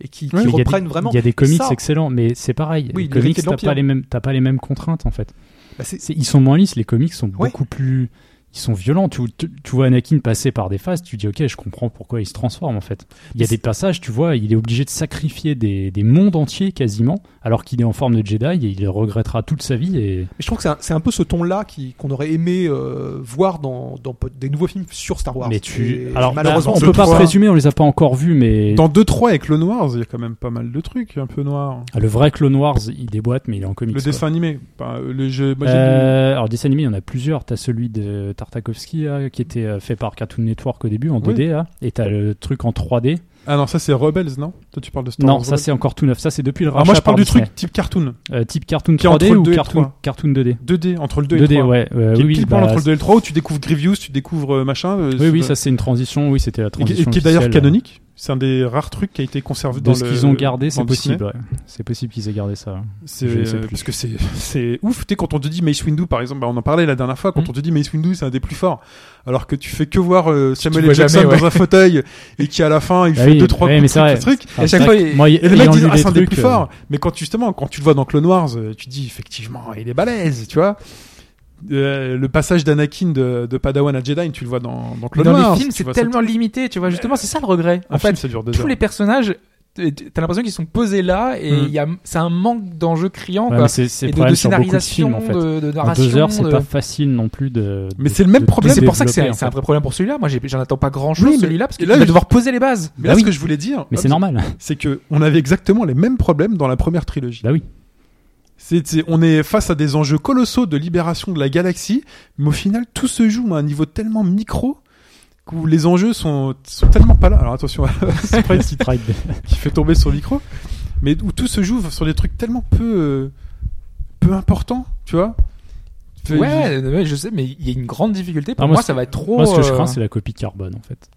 S2: et qui, qui
S4: Mais il y a des-
S2: reprennent vraiment.
S4: Il y a des comics
S2: ça.
S4: excellents, mais c'est pareil.
S2: Oui,
S4: les
S2: les héritiers de
S4: comics, t'as
S2: l'Empire.
S4: pas les mêmes, t'as pas les mêmes contraintes en fait.
S2: Bah, c'est-
S4: C'est- ils sont moins lisses, les comics sont
S2: Ouais.
S4: beaucoup plus. Ils sont violents. Tu, tu- tu vois Anakin passer par des phases, tu dis ok, je comprends pourquoi il se transforme en fait. Il y a
S2: Mais
S4: des passages, tu vois, il est obligé de sacrifier des, des mondes entiers quasiment, alors qu'il est en forme de Jedi et il le regrettera toute sa vie. Et
S2: Mais je trouve que c'est un, c'est un peu ce ton-là qui- qu'on aurait aimé euh, voir dans, dans peut- des nouveaux films sur Star Wars.
S4: mais tu,
S2: Et
S4: alors
S2: malheureusement,
S4: on
S1: ce
S4: peut pas
S1: trois-
S4: présumer, on les a pas encore vus, mais
S2: euh,
S1: Dans 2 3 avec le noir, il y a quand même pas mal de trucs un peu noirs.
S4: Ah, le vrai Clone Wars, il déboîte, mais il est en comics.
S1: Le
S4: quoi.
S1: dessin animé, Enfin, le jeu moi, j'ai lu-
S4: Euh, alors dessin animé, il y en a plusieurs. T'as celui de Tartakovsky là, qui était euh, fait par Cartoon Network au début en
S1: Oui.
S4: 2D là, et t'as le truc en 3D.
S1: Ah non, ça c'est Rebels, non Toi tu parles de Star
S4: non,
S1: Wars
S4: ça
S1: Rebels.
S4: c'est encore tout neuf. Ça c'est depuis le rachat
S1: Alors moi je
S4: par
S1: parle du
S4: Disney.
S1: truc type cartoon,
S4: Euh, type cartoon
S1: Qui est
S4: 3D
S1: entre le
S4: ou
S1: deux et le
S4: cartoon,
S1: trois.
S4: cartoon 2D.
S1: 2D entre le 2 et
S4: 2D,
S1: le 3.
S4: ouais. euh,
S1: Qui est
S4: oui,
S1: pile poil
S4: bah,
S1: entre le 2 et le 3 où tu découvres Grievous, tu découvres euh, machin. euh,
S4: oui, oui,
S1: ce-
S4: ça c'est une transition. Oui, c'était la
S1: Et qui-
S4: transition.
S1: et qui est d'ailleurs
S4: officielle, euh,
S1: canonique C'est un des rares trucs qui a été conservé
S4: De
S1: dans
S4: ce
S1: le-
S4: qu'ils ont gardé, c'est
S1: dans Disney.
S4: possible. ouais. C'est possible qu'ils aient gardé ça.
S1: C'est
S4: Je sais
S1: euh,
S4: plus.
S1: parce que c'est c'est ouf. Tu sais, quand on te dit Mace Windu, par exemple, bah, on en parlait la dernière fois. Quand
S4: Hmm.
S3: Mm.
S1: on te dit Mace Windu, c'est un des plus forts, alors que tu fais que voir euh, Samuel
S3: vois
S1: L. Jackson
S3: jamais, ouais.
S1: dans un fauteuil et qui à la fin il
S4: Bah
S1: fait
S4: oui,
S1: deux trois
S4: ouais,
S1: coups de
S4: mais c'est
S1: truc, de
S4: vrai.
S1: truc.
S3: Et à chaque fois, il-
S4: Moi,
S1: Et les mecs
S4: ayant
S1: disent
S4: lu
S1: ah
S4: les
S1: c'est un des
S4: trucs,
S1: plus
S4: euh,
S1: forts. Mais quand tu- justement quand tu le vois dans Clone Wars, euh, tu te dis effectivement il est balèze, tu vois. Euh, le passage d'Anakin de, de Padawan à Jedi, tu le vois dans, dans
S3: Mais
S1: Clone
S3: dans
S1: Wars.
S3: les films,
S1: tu
S3: c'est
S1: vois,
S3: tellement limité, tu vois. Justement, c'est ça le regret.
S1: Un
S3: En
S1: film,
S3: fait, euh,
S1: ça dure deux
S3: tous
S1: heures.
S3: les personnages, t- t'as l'impression qu'ils sont posés là et
S1: Mm.
S3: il y a, c'est un manque d'enjeux criant,
S4: Ouais,
S3: quoi.
S4: mais c'est c'est
S3: Et de,
S4: le
S3: de
S4: problème sur beaucoup de
S3: scénarisation,
S4: films en fait.
S3: de, de
S4: En
S3: narration.
S4: deux heures, c'est
S3: de-
S4: pas facile non plus de.
S1: Mais
S4: de-
S1: c'est le même
S4: de
S1: problème.
S3: Mais
S4: tout
S3: c'est pour ça que c'est
S4: développer, en
S3: c'est un
S4: fait.
S3: vrai problème pour celui-là. Moi, j'ai- j'en attends pas grand
S1: Oui,
S3: chose
S1: mais-
S3: celui-là parce
S1: et
S3: qu'il
S1: là,
S3: va
S1: je-
S3: devoir poser les bases.
S1: Mais là,
S4: Bah
S1: ce
S4: oui.
S1: que je voulais dire,
S4: Mais
S1: hop,
S4: c'est normal.
S1: c'est que on avait exactement les mêmes problèmes dans la première trilogie.
S4: Bah oui.
S1: C'est, c'est- on est face à des enjeux colossaux de libération de la galaxie, mais au final, tout se joue à un niveau tellement micro où les enjeux sont, sont tellement pas là. Alors attention, c'est Sprite qui,
S4: Pride.
S1: qui fait tomber son micro, mais où tout se joue sur des trucs tellement peu, euh, peu importants, tu vois. Fait-
S3: Ouais, ouais, je sais, mais il y a une grande difficulté. Pour Ah,
S4: Non, moi,
S3: moi,
S4: ce
S3: ça va être trop.
S4: Moi, ce que je
S3: euh,
S4: crains, c'est la copie carbone en fait.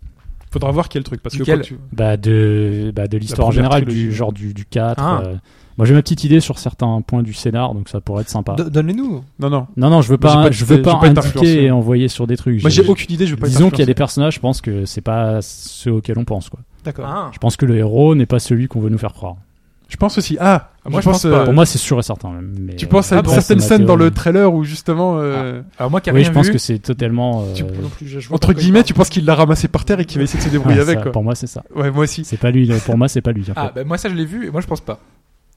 S1: Faudra voir quel truc, parce que
S3: Lequel
S1: quand tu-
S4: Bah de, bah de l'histoire en
S1: première
S4: général, du
S1: trilogie.
S4: genre du, du 4.
S3: Ah.
S4: euh, Moi j'ai ma petite idée sur certains points du scénar, donc ça pourrait être sympa.
S2: Do- Donne-les-nous.
S1: Non, non.
S4: Non, non, je veux
S1: Moi, j'ai
S4: pas,
S1: pas
S4: je
S1: été-
S4: veux pas,
S1: j'ai pas été
S4: indiquer
S1: influencé.
S4: et envoyer sur des trucs.
S1: Moi, j'ai aucune idée, je vais pas
S4: Disons
S1: être
S4: qu'il y a des
S1: influencé.
S4: personnages, je pense que c'est pas ceux auxquels on pense. Quoi.
S2: D'accord.
S3: hein.
S4: Je pense que le héros n'est pas celui qu'on veut nous faire croire.
S1: Je pense aussi. Ah,
S3: Moi,
S1: je
S3: je
S1: pense.
S3: pense pas.
S1: euh,
S4: Pour moi, c'est sûr et certain. même, mais- euh,
S1: tu penses à
S3: Ah
S1: une
S3: bon,
S1: certaine
S4: c'est ma
S1: scène dans le
S4: théorie.
S1: trailer où justement. euh,
S3: Alors moi qui a
S4: Oui,
S3: rien
S4: je pense
S3: vu,
S4: que c'est totalement. euh,
S2: Non plus, je- je vois
S1: Entre
S2: pas quoi il
S1: guillemets,
S2: parle.
S1: tu penses qu'il l'a ramassé par terre et qu'il va essayer de se
S4: ouais,
S1: débrouiller avec,
S4: Ah, ça,
S1: quoi.
S4: Pour moi, c'est ça.
S1: Ouais, moi aussi.
S4: C'est pas lui. euh, Pour moi, c'est pas lui. en fait.
S3: ah bah, moi ça je l'ai vu et moi je pense pas.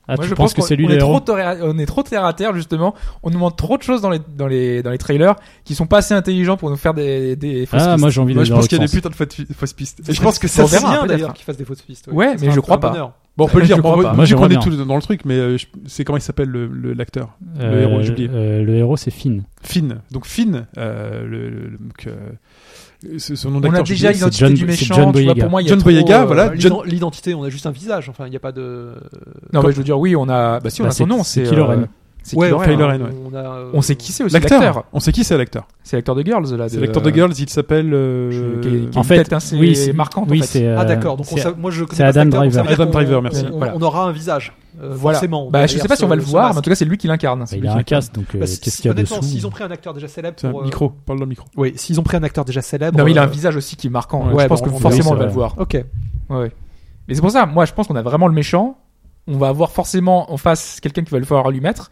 S4: Ah,
S3: moi
S4: tu
S3: je
S4: penses que
S3: qu'on-
S4: c'est lui
S3: on
S4: le
S3: est
S4: héros
S3: trop terre- on est trop terre à terre justement. On nous montre trop de choses dans les dans les dans les trailers qui sont pas assez intelligents pour nous faire des des fausses
S4: Ah,
S3: pistes.
S4: moi j'ai envie
S1: Moi,
S4: d'aller
S1: je
S4: dans
S1: pense
S4: l'autre
S1: qu'il y a des
S4: sens.
S1: putains de fa- fausses pistes. Et je pense que ça,
S3: Ça
S2: Ça
S3: serait
S1: c'est
S2: serait
S3: bien,
S2: bien
S3: d'ailleurs.
S2: d'ailleurs qu'il fasse des fausses pistes.
S3: Ouais,
S2: Ça
S3: mais
S2: serait
S3: je
S2: un-
S3: crois
S2: un
S3: pas.
S2: bonheur.
S1: Bon, on peut le
S3: Je
S1: dire.
S3: crois
S1: Bon,
S3: pas.
S1: bah,
S4: Moi,
S1: vu qu'on
S4: j'aimerais
S1: est tous dans le truc, mais euh, je- c'est comment il s'appelle le- le- l'acteur
S4: Euh,
S1: héros, j'ai oublié.
S4: euh, le héros, c'est Finn.
S1: Finn. Donc Finn, euh, le, le- le- donc, euh, ce- son nom
S3: On
S1: d'acteur.
S3: a
S1: j'ai
S3: déjà
S1: oublié.
S4: c'est
S3: l'identité
S4: John-
S3: du
S4: c'est
S3: méchant.
S4: John
S3: tu vois,
S4: Boyega.
S3: pour moi, il y a
S1: John
S3: trop,
S1: Boyega, voilà.
S2: Euh,
S1: John...
S2: l'ident- L'identité, on a juste un visage. Enfin, il n'y a pas de. euh,
S3: Non, mais je veux dire, oui, on a. Bah, si, on
S4: Bah,
S3: a son
S4: c'est-
S3: nom.
S4: c'est
S3: C'est
S4: Kylo
S3: euh,
S4: Ren.
S3: C'est
S1: Ouais,
S3: Kylo Ren. hein.
S1: Kylo Ren. ouais.
S2: On, a, euh,
S3: On sait qui c'est aussi l'acteur.
S1: L'acteur. On sait qui c'est l'acteur.
S3: C'est l'acteur de Girls là. de-
S1: C'est l'acteur de Girls. Il s'appelle. euh,
S3: Je- qui- qui-
S4: En
S3: une
S4: fait,
S3: tête assez
S4: oui, c'est
S3: marquante, en
S4: Oui,
S3: fait.
S4: c'est. euh,
S2: Ah d'accord. Donc on
S4: c'est-
S2: sait- moi je. connais
S4: c'est
S2: pas cet
S4: Adam
S2: acteur, donc ça
S4: Driver.
S2: veut dire
S1: Adam
S2: qu'on-
S1: Driver, merci.
S2: On,
S3: Voilà.
S2: on aura un visage. euh,
S3: Voilà.
S2: Forcément.
S3: Bah, je sais pas si on va le voir, mais en tout cas, c'est lui qui l'incarne.
S4: bah, il a un casque, donc euh,
S2: Bah, si-
S4: qu'est-ce qu'il y a
S2: honnêtement,
S4: dessous
S2: s'ils ont pris un acteur déjà célèbre
S1: C'est un
S2: pour, euh,
S1: micro. Parle dans le micro.
S2: Oui, s'ils ont pris un acteur déjà célèbre.
S3: Non, mais il a un
S2: euh,
S3: visage aussi qui est marquant.
S1: Ouais,
S3: je
S2: bah,
S3: pense que
S2: on-
S3: forcément
S4: oui,
S3: on va
S4: c'est
S3: le voir.
S2: Ok.
S3: Ouais, ouais. Mais c'est pour ça, moi je pense qu'on a vraiment le méchant. On va avoir forcément en face quelqu'un qui va le falloir lui mettre.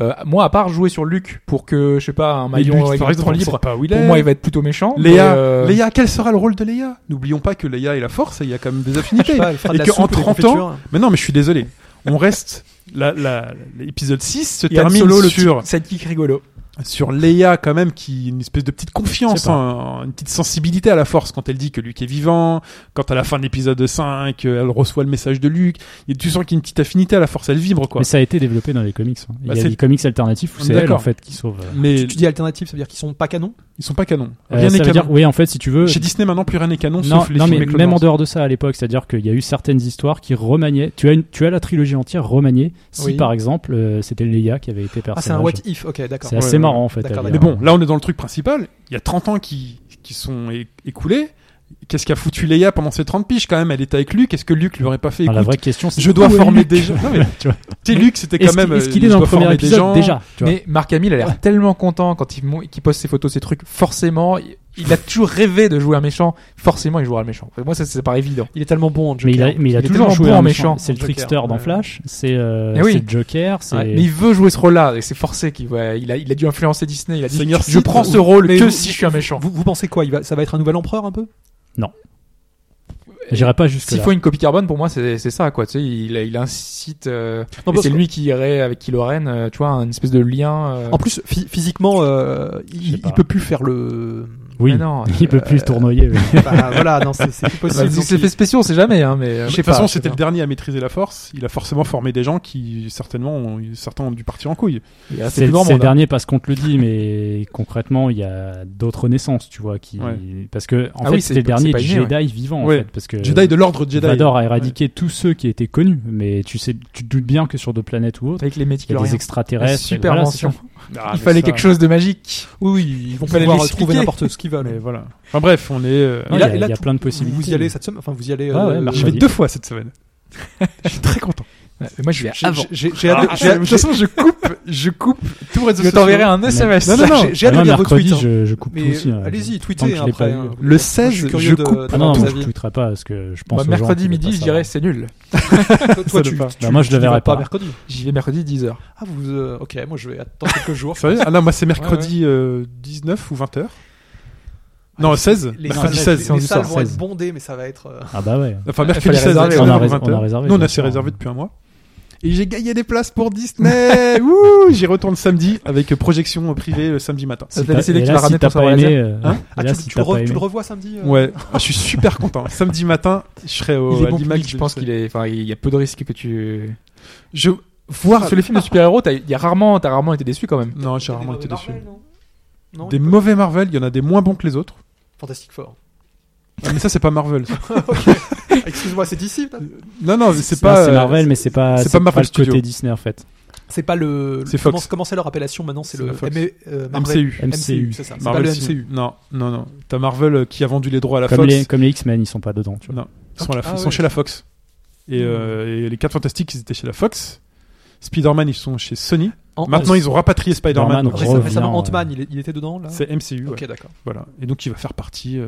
S3: Euh, moi, à part jouer sur Luc pour que, je sais pas, un
S1: Mais lui,
S3: maillon euh,
S1: par
S3: électron
S1: exemple, on sait
S3: libre,
S1: Pas où il
S3: pour
S1: est.
S3: moi il va être plutôt méchant.
S1: Léa,
S3: mais, euh,
S1: Léa, quel sera le rôle de Léa N'oublions pas que Léa est la force, et il y a quand même des
S2: Je
S1: affinités.
S2: sais pas, elle fera de
S1: Et
S2: la
S1: que
S2: soupe
S1: en
S2: ou des
S1: 30
S2: confitures.
S1: mais non, mais je suis désolé. On reste. la- la- L'épisode 6 se
S3: Il y a Han
S1: termine
S3: Solo, le
S1: sur,
S3: petit sidekick rigolo.
S1: sur Leia quand même qui une espèce de petite
S4: Je
S1: confiance
S4: sais pas.
S1: hein, une petite sensibilité à la force quand elle dit que Luke est vivant quand à la fin de l'épisode 5 euh, elle reçoit le message de Luke et tu sens qu'il y a une petite affinité à la force elle vibre quoi
S4: Mais ça a été développé dans les comics. hein. Il
S1: Bah,
S4: y a
S1: c'est-
S4: des comics alternatifs où
S1: On est
S4: c'est elle
S1: d'accord.
S4: en fait qui sauve. euh,
S1: mais
S2: Tu dis alternative, ça veut dire qu'ils sont pas canons
S1: ils sont pas canons
S4: euh,
S1: rien
S4: ça
S1: n'est canon
S4: veut dire, oui, en fait, si tu veux,
S1: chez Disney maintenant plus rien n'est canon
S4: non,
S1: sauf les
S4: non,
S1: films
S4: mais
S1: et Clone
S4: même en
S1: Wars.
S4: dehors de ça à l'époque, c'est-à-dire qu'il y a eu certaines histoires qui remaniaient. Tu as, une, tu as la trilogie entière remaniée si
S2: Oui.
S4: par exemple euh, c'était Leia qui avait été
S2: Ah, c'est un
S4: personnage.
S2: what if. Ok, d'accord.
S4: C'est assez
S1: Ouais,
S4: marrant en fait.
S2: D'accord,
S4: à
S1: mais
S4: lire.
S1: bon là on est dans le truc principal il y a 30 ans qui, qui sont é- écoulés qu'est-ce qu'a foutu Leia pendant ces 30 piges quand même elle était avec Luke est-ce que Luke lui aurait pas fait
S4: Alors, Ah, la
S1: écoute,
S4: vraie question, c'est
S1: je dois
S4: où est
S1: former
S4: Luke
S1: des gens. Non, mais-
S4: Tu vois.
S1: tu sais, Luke c'était quand
S4: Est-ce
S1: même
S4: qu'il- est-ce
S1: euh,
S4: qu'il est
S1: je
S4: dans le
S1: dois
S4: premier
S1: former des gens. Euh,
S4: épisode déjà tu vois.
S3: Mais Marc Hamill a l'air tellement content quand il, mo- qu'il poste ses photos, ses trucs. Forcément, il- il a toujours rêvé de jouer un méchant. Forcément, il jouera le méchant. Moi, ça, ça paraît évident.
S2: Il est tellement bon en Joker.
S4: Mais il a, mais il a
S3: Il est
S4: toujours
S3: tellement
S4: joué
S3: bon
S4: un
S3: en
S4: méchant.
S3: méchant,
S4: C'est le
S2: Joker,
S4: trickster dans
S2: ouais.
S4: Flash, c'est euh,
S3: Eh oui.
S4: c'est le Joker, c'est.
S3: Ouais, mais il veut jouer ce rôle-là. Et c'est forcé qu'il va- il a, il a dû influencer Disney. Il a dit,
S1: Seigneur
S3: je
S1: Sith,
S3: prends ce
S1: ou-
S3: rôle
S2: mais
S3: que
S2: vous-
S3: si je suis un méchant.
S2: Vous, vous pensez quoi il va, Ça va être un nouvel empereur un peu
S4: J'irai pas jusque
S3: S'il
S4: là.
S3: faut une copie carbone, pour moi, c'est c'est ça, quoi. Tu sais, il, il incite, euh,
S2: Non,
S3: et
S2: parce
S3: c'est
S2: que-
S3: lui qui irait avec Kylo Ren, euh, tu vois, une espèce de lien. euh,
S2: En plus, phy- physiquement, euh,
S4: sais
S2: il,
S4: pas.
S2: il peut plus faire le.
S4: Oui.
S3: mais Ah non. Bah,
S4: Il peut plus tournoyer. oui.
S2: Bah, voilà, non, c'est c'est plus
S3: C'est
S2: possible.
S3: des
S2: Donc,
S3: effets spéciaux, on sait jamais, hein, mais euh,
S1: De
S3: je
S1: toute
S3: sais pas,
S1: façon,
S3: je sais
S1: c'était
S3: pas.
S1: le dernier à maîtriser la force. Il a forcément formé des gens qui, certainement, ont, certains ont dû partir en couille.
S4: Euh,
S3: Il est resté
S4: C'est
S3: plus grand
S4: c'est le
S3: monde, hein.
S4: dernier parce qu'on te le dit, mais concrètement, il y a d'autres naissances, tu vois, qui
S1: Ouais.
S4: parce que
S3: Ah
S4: en fait
S3: oui, c'est-
S4: c'était le
S3: c'est
S4: dernier
S3: pas inné,
S4: Jedi vivant, en
S1: Ouais.
S4: fait, parce que
S1: Jedi de l'ordre Jedi.
S4: Vador a éradiqué tous ceux qui étaient connus, mais tu sais, tu te doutes bien que sur d'autres planètes ou autres,
S3: Avec les
S4: il y a
S3: Méticloriens.
S4: des extraterrestres.
S3: Super
S4: voilà, c'est
S3: mention.
S4: ça.
S1: Ah,
S3: Il
S1: mais
S3: fallait
S1: ça-
S3: quelque chose de magique.
S2: Oui, oui, ils vont
S3: Fallait
S2: pouvoir euh,
S3: l'expliquer.
S2: trouver n'importe ce qu'ils veulent.
S1: Mais voilà. Enfin bref, on est. euh,
S4: Non,
S2: Et
S4: Il y
S2: là-
S4: a,
S2: et là,
S4: il y a
S2: tout-
S4: plein de possibilités.
S2: Vous y allez cette semaine, enfin vous y allez.
S4: Ouais, ouais,
S2: euh,
S1: J'y
S4: mercredi.
S1: vais deux fois cette semaine. Je suis très content.
S3: Ouais, mais moi, je vais
S2: j'ai-
S3: avant.
S2: j'ai- j'ai hâte de-
S1: Ah,
S2: j'ai hâte-
S1: de toute façon, je coupe, je coupe tout réseau
S3: Je
S1: social.
S3: t'enverrai un SMS.
S1: Non, non, non.
S2: j'ai- j'ai hâte de
S4: Ah non,
S2: lire vos
S4: mercredi,
S2: tweets. hein.
S4: je, je coupe
S2: Mais,
S4: tout aussi.
S2: euh,
S4: hein.
S2: allez-y,
S4: Tant que
S2: tweetez
S4: je
S2: hein,
S4: l'ai
S2: après.
S4: pas
S2: hein.
S4: vu.
S1: Le
S2: Moi, je suis
S1: 16, je,
S2: curieux de-
S1: coupe.
S4: Ah non,
S2: d'avoir
S4: moi,
S2: vos
S4: je
S2: avis.
S4: tweeterai pas parce que je
S3: Bah,
S4: pense. aux gens
S3: mercredi
S4: qui veulent
S3: midi,
S4: pas
S3: je dirais
S4: savoir.
S3: c'est nul.
S2: Toi, toi,
S1: Ça
S2: tu,
S1: ne pas.
S2: tu-
S4: Bah, moi, je
S2: tu
S4: le
S2: n'y
S4: verrai
S2: vas pas
S4: pas.
S2: mercredi.
S3: J'y vais mercredi 10h.
S2: Ah vous, euh, ok, moi je vais attendre quelques jours.
S1: Sérieux Ah non, moi c'est mercredi euh, 19 ou 20h. Non, 16
S2: les salles,
S1: Mercredi
S2: les-
S1: 16.
S2: les salles
S3: du soir,
S2: vont
S4: 16.
S2: être bondées, mais ça va être. euh,
S4: Ah bah ouais.
S1: Enfin,
S3: fallait
S1: mercredi 16
S3: réserver,
S1: h
S4: on a
S1: 20
S4: rés- on a réservé,
S1: Nous, on
S4: bien
S1: a
S4: sûr.
S1: s'est réservé depuis un mois. Et j'ai gagné des places pour Disney Ouh J'y retourne samedi avec projection privée le samedi matin.
S3: Ça,
S4: Si
S3: t'as
S4: t'as-
S3: décidé
S4: et
S3: que tu
S4: là,
S3: vas
S4: si
S3: ramener
S4: t'as
S3: ton
S4: pas
S3: sabre
S4: aimé, euh,
S1: Hein
S4: et
S2: Ah,
S4: là,
S2: tu,
S4: si
S2: tu le
S4: t'as
S2: re-
S4: pas
S2: tu
S4: aimé-
S2: le revois samedi euh,
S1: Ouais, ah, je suis super content. Samedi matin, je serai au
S3: Il est
S1: à
S3: bon
S1: l'IMAX
S3: public, je
S1: de-
S3: pense qu'il est. Enfin, il y a peu de risques que tu.
S1: Je voir
S3: Sur les films de super-héros, t'as il y a rarement, t'as rarement été déçu quand même.
S1: Non,
S2: il y
S1: j'ai
S2: a des
S1: rarement
S2: mauvais
S1: été déçu.
S2: Marvel, non Non,
S1: Des
S2: il y a
S1: mauvais Marvel, il y en a des moins bons que les autres.
S2: pas- Fantastic Four.
S1: Ah, mais ça c'est pas Marvel. ça.
S2: Excuse-moi, c'est d'ici.
S1: Non non, c'est
S4: Non,
S1: pas
S4: c'est
S1: euh,
S4: Marvel, mais c'est pas,
S1: c'est
S4: c'est
S1: pas Marvel
S4: le côté
S1: Studios.
S4: Disney en fait.
S2: C'est pas le.
S1: C'est
S2: le- comment-
S1: Fox.
S2: Comment c'est leur appellation maintenant C'est
S1: C'est
S2: le
S1: la Fox.
S2: ME, euh, Marvel.
S1: MCU.
S2: MCU, c'est ça. C'est pas
S1: Marvel
S2: le
S1: Cin-
S2: MCU.
S1: Non, non non, t'as Marvel euh, qui a vendu les droits à la
S4: Comme
S1: Fox.
S4: les, comme les X-Men, ils sont pas dedans. Tu vois.
S1: Non, ils sont, à la-
S2: Ah
S1: ils sont
S2: ouais. Hmm.
S1: chez la Fox. Et, euh, et les 4 Fantastiques, ils étaient chez la Fox. Spider-Man, ils sont chez Sony.
S2: En-
S1: Maintenant, ils ont rapatrié Spider-Man.
S4: Oh, Spider-Man,
S1: donc
S2: Récem-
S4: revient,
S2: Récemment,
S4: ouais.
S2: Ant-Man, il est- il était dedans là.
S1: C'est MCU, ouais.
S2: Ok, d'accord.
S1: voilà. Et donc, il va faire partie. euh,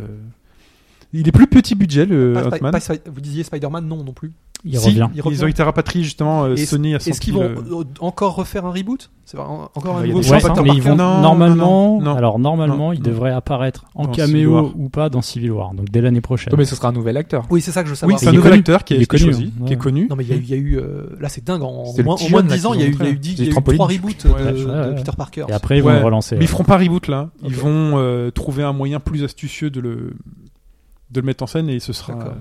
S1: Il est plus petit budget, le
S2: Pas-
S1: Ant-Man.
S2: pas- pas- Vous disiez Spider-Man, non, non plus.
S4: Il
S1: Si,
S4: revient.
S2: il revient.
S1: Ils ont été rapatriés justement euh,
S2: Et-
S1: Sony à
S2: Est-ce qu'ils vont euh, encore refaire un reboot C'est vrai, en- encore un
S1: Il y a
S2: nouveau
S1: des
S4: Ouais,
S1: gens
S2: Peter
S4: mais ils
S2: Parker
S4: vont
S1: Non, non,
S4: normalement,
S1: non, non.
S4: alors normalement,
S1: Non,
S4: ils
S1: non.
S4: devraient apparaître en
S1: Dans Civil
S4: caméo
S1: War.
S4: ou pas dans Civil War, donc dès l'année prochaine.
S3: Non, mais ce sera un nouvel acteur.
S2: Oui, c'est ça que je veux
S1: Oui,
S2: savoir.
S1: c'est un
S4: Il est
S1: nouvel
S4: connu.
S1: acteur qui
S4: Il
S1: est,
S4: est
S1: qui est
S4: connu,
S1: choisi,
S4: hein.
S1: qui est connu.
S2: Non mais il y a eu, il y a eu euh, là c'est dingue en,
S3: C'est le
S2: moins,
S3: petit
S2: au moins
S3: jeune,
S2: de
S3: là,
S2: 10 ans il y a eu, il y a eu, dix-
S3: qu'ils
S2: il
S3: ont
S2: y a eu
S3: trampoline.
S2: trois reboots de,
S1: Ouais,
S2: de
S4: ouais, ouais.
S2: Peter Parker.
S4: Et après, ils vont
S1: Ouais.
S4: le relancer. euh,
S1: Mais ils feront pas reboot là. Ils
S2: Ok.
S1: vont euh, trouver un moyen plus astucieux de le de le mettre en scène et ce sera.
S2: D'accord.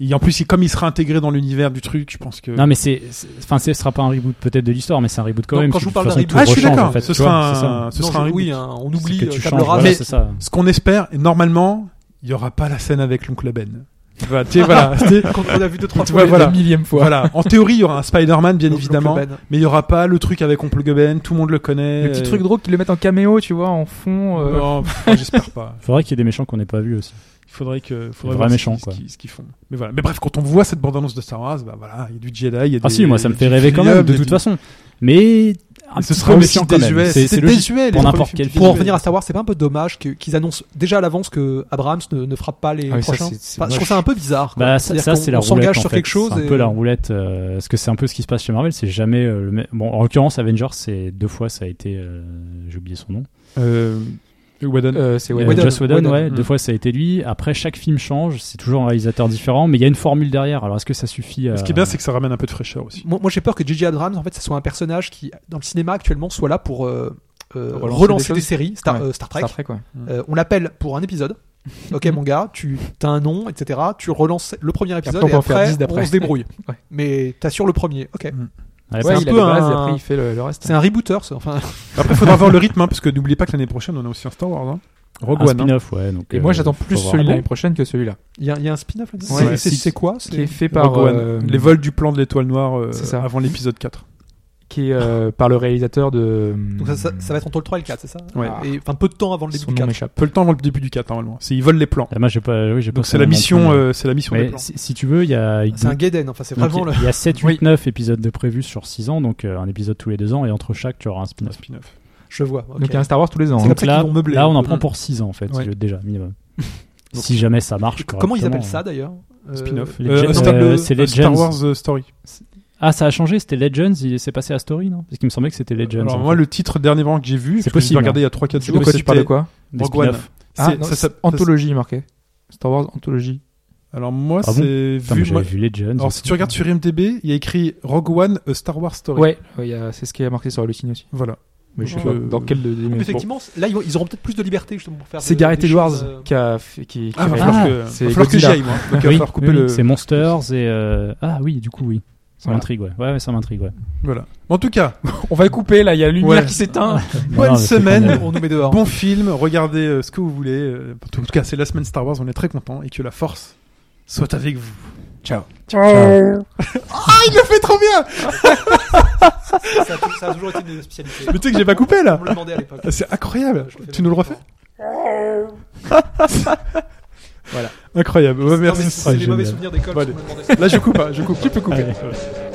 S1: Et en plus, il- comme il sera intégré dans l'univers du truc, je pense que.
S4: Non, mais c'est, c'est- enfin, ce sera pas un reboot peut-être de l'histoire, mais c'est un reboot quand
S2: Donc,
S4: même.
S2: quand
S4: parce
S2: je vous
S4: que
S2: parle
S4: de toute
S2: d'un
S4: façon,
S1: ah, je
S4: tout
S1: suis
S4: rechange,
S1: d'accord.
S4: en fait,
S1: ce
S4: tu vois,
S1: sera
S4: c'est ça.
S1: un, ce
S2: Non,
S1: sera
S2: je-
S1: un reboot.
S2: oui, hein, on
S4: C'est
S2: oublie
S4: que
S2: euh,
S4: tu
S2: table
S4: changes,
S2: rase.
S4: voilà,
S1: Mais-
S4: c'est ça.
S1: ce qu'on espère, et normalement, il y aura pas la scène avec l'oncle Ben. Voilà, tu sais, voilà, tu sais,
S2: Quand on a vu deux trois
S1: Tu
S2: fois
S1: vois, voilà.
S3: La millième fois.
S1: voilà. En théorie, il y aura un Spider-Man, bien
S2: l'oncle
S1: évidemment,
S2: Ben.
S1: mais il y aura pas le truc avec oncle Ben. Tout le monde le connaît.
S3: Le petit truc drôle qu'ils le mettent en caméo, tu vois, en fond. euh,
S1: Non, pff, j'espère pas.
S4: Faudrait qu'il y ait des méchants qu'on n'ait pas vus aussi.
S1: Il faudrait que.
S4: Les vrais
S1: Faudrait voir ce
S4: méchants,
S1: qu'ils- ce
S4: quoi.
S1: qu'ils- ce qu'ils font. Mais voilà. Mais bref, quand on voit cette bande-annonce de Star Wars, bah voilà, il y a du Jedi, il y a
S4: Ah
S1: des-
S4: si, moi ça me
S1: du
S4: fait rêver quand
S1: Filium,
S4: même, de
S1: il y a
S4: toute
S1: du-
S4: façon. Mais un
S1: Et
S4: petit
S1: ce sera
S4: peu
S1: aussi
S4: méchant quand même.
S1: désuet.
S4: C'est c'est
S1: C'était
S4: logique.
S1: désuet, les
S4: pour
S1: premiers
S4: n'importe
S1: films
S4: quel
S1: qui
S4: film.
S2: Pour en
S1: faisaient.
S2: revenir à Star Wars, c'est pas un peu dommage que- qu'ils annoncent déjà à l'avance que Abrams ne, ne fera pas les
S3: Ah oui, ça,
S2: prochains
S3: c'est- c'est
S2: Enfin, Je
S3: moche.
S2: trouve ça un peu bizarre. quoi.
S4: Bah, ça,
S2: C'est-à-dire
S4: ça,
S2: qu'on-
S4: c'est la
S2: on
S4: roulette.
S2: s'engage
S4: en
S2: sur
S4: fait.
S2: quelque chose.
S4: C'est un
S2: et-
S4: peu la roulette. euh, parce que c'est un peu ce qui se passe chez Marvel. C'est jamais. euh, le même- Bon, en l'occurrence, Avengers, c'est deux fois ça a été. euh, J'ai oublié son nom.
S1: Euh, Whedon.
S3: euh, c'est
S4: Euh,
S3: Whedon.
S4: Joss Whedon,
S2: Whedon,
S4: ouais,
S1: mm.
S4: deux fois ça a été lui. Après, chaque film change. C'est toujours un réalisateur différent, mais il y a une formule derrière. Alors, est-ce que ça suffit
S1: Ce qui est bien, c'est que ça ramène un peu de fraîcheur aussi.
S2: Moi, moi, j'ai peur que J.J. Abrams, en fait, ça soit un personnage qui, dans le cinéma actuellement, soit là pour euh, euh,
S3: Relancer
S2: relancer,
S3: des
S2: des,
S3: choses.
S2: séries, Star,
S3: Ouais.
S2: euh, Star Trek.
S3: Star Trek, ouais.
S2: Euh, on l'appelle pour un épisode. Ok,
S3: Mhm.
S2: mon gars, tu as un nom, etc. Tu relances le premier épisode
S3: on
S2: et
S3: peut en faire
S2: après,
S3: 10 d'après.
S2: on se débrouille.
S3: Ouais.
S2: Mais t'assures le premier. Ok.
S4: Ouais,
S3: Ouais,
S4: c'est-
S3: il
S2: un
S3: a
S2: peu
S3: les bases,
S2: un-
S3: et après il fait le, le reste.
S2: C'est un rebooter, ça. Enfin,
S1: Après, faudra voir le rythme, hein, parce que n'oubliez pas que l'année prochaine, on a aussi un Star Wars. Hein. Rogue
S4: un
S1: One. hein.
S4: spin-off, ouais. Donc,
S3: Et
S4: euh,
S3: moi j'attends
S4: faut
S3: plus
S4: voir.
S3: celui de
S4: Ah
S3: l'année
S4: bon
S3: prochain que celui-là.
S2: il y, a- il y a un spin-off là-dedans.
S3: Ouais.
S2: C'est- c'est-
S1: Si-
S2: C'est quoi
S3: Qui
S2: c'est-
S3: est fait par,
S1: Rogue One.
S3: euh,
S1: Les vols du plan de l'étoile noire euh,
S3: C'est ça.
S1: avant l'épisode 4.
S3: qui est, euh, par le réalisateur de.
S2: Donc ça, ça- ça va être entre le 3 et le 4, c'est ça Ah.
S1: Ouais.
S2: Et enfin, peu de temps avant le début
S3: Son
S2: du
S3: nom
S2: 4.
S3: m'échappe.
S1: Peu le temps avant le début du 4, normalement. C'est- Ils volent les plans.
S4: Ah, moi, j'ai pas. oui, j'ai pas
S1: Donc,
S4: fait
S1: c'est la
S4: mon
S1: mission,
S4: plan.
S1: euh, c'est la mission des
S4: Mais
S1: plans.
S4: si, si tu veux, il y a.
S2: C'est un Gaiden, enfin, c'est
S4: donc,
S2: vraiment le.
S4: il y a 7, 8,
S3: Oui.
S4: 9 épisodes de prévus sur 6 ans, donc euh, un épisode tous les 2 ans, et entre chaque, tu auras un
S1: Un
S4: spin-off.
S1: spin-off.
S2: Je vois. ok.
S3: Donc il y a un Star Wars tous les ans.
S2: C'est
S3: hein.
S2: comme ça
S4: là,
S2: qu'ils vont meubler.
S4: là, on en
S2: Mm.
S4: prend pour 6 ans, en fait,
S1: Ouais.
S4: je- déjà, minimum. si jamais ça marche.
S2: Comment ils
S4: correctement. hein.
S2: appellent ça d'ailleurs Euh,
S1: Spin-off.
S4: les
S1: Euh,
S4: Gen-
S1: Star-
S4: euh, c'est
S1: euh, Star
S4: Legends.
S1: Wars euh, Story.
S4: Ah, ça a changé, c'était Legends, il s'est passé à Story, non Parce qu'il me semblait que c'était Legends.
S1: Alors,
S4: en
S1: moi,
S4: fait.
S1: le titre dernièrement que j'ai vu,
S4: C'est
S1: parce que
S4: possible,
S1: J'ai regardé il y a 3-4
S3: C'est
S1: jours.
S3: de quoi tu parles de quoi
S4: Des
S1: Rogue One.
S4: spin-off.
S3: Ah,
S1: C'est-
S3: non,
S1: ça
S3: c'est
S1: s'appelle-
S3: Anthologie marqué. Star Wars Anthologie.
S1: Alors, moi,
S4: Ah bon
S1: c'est
S4: Putain, mais
S1: vu. moi-
S4: j'avais vu Legends.
S1: Alors, si tu regardes sur IMDb, il y a écrit Rogue One, A Star Wars Story.
S3: Ouais, ouais, il y a- c'est ce qui est marqué sur le signe aussi.
S1: Voilà.
S3: Mais je sais
S1: Donc,
S3: pas
S1: euh,
S3: dans quel de.
S2: Mais
S3: bon.
S2: effectivement, là, ils vont- ils auront peut-être plus de liberté justement pour faire.
S3: C'est
S2: de-
S3: Gareth
S2: des
S3: Edwards
S2: choses, euh,
S3: qui a. fait- qui- qui
S1: Ah, va
S3: fait-
S4: bah,
S1: falloir
S4: Ah,
S1: que,
S3: c'est
S1: va falloir que j'y
S3: Godzilla.
S1: aille, moi. Donc, il va
S4: Oui,
S1: falloir couper
S4: oui, oui,
S1: le.
S4: C'est Monsters et. euh, Ah oui, du coup, oui. Ça
S3: Voilà.
S4: m'intrigue, ouais. ouais. ouais, ça m'intrigue, ouais.
S1: Voilà. En tout cas,
S3: On va le couper là, il y a la lumière
S1: Ouais.
S3: qui s'éteint.
S1: Bonne
S4: Non, mais c'est
S1: semaine.
S4: quand même-
S2: On nous met dehors.
S1: bon film, regardez euh, ce que vous voulez. euh, en tout cas, c'est la semaine Star Wars, on est très content et que la force soit avec vous. Ciao.
S2: Ah, il le fait trop bien ça, a, tou- ça a toujours été une de nos spécialités.
S1: Mais tu sais que j'ai pas coupé là
S2: On me le demandait à l'époque.
S1: Ah, C'est incroyable.
S2: Je le fais
S1: Tu nous le refais
S2: maintenant.
S1: Incroyable. Ouais,
S2: Non, mais
S1: merci.
S2: c'est c'est les mauvais
S4: génial.
S2: souvenirs d'école.
S1: Bon,
S2: qu'on
S1: allez.
S2: me demandait ça.
S1: Là je coupe, hein, je coupe. Tu peux couper.
S4: Ouais.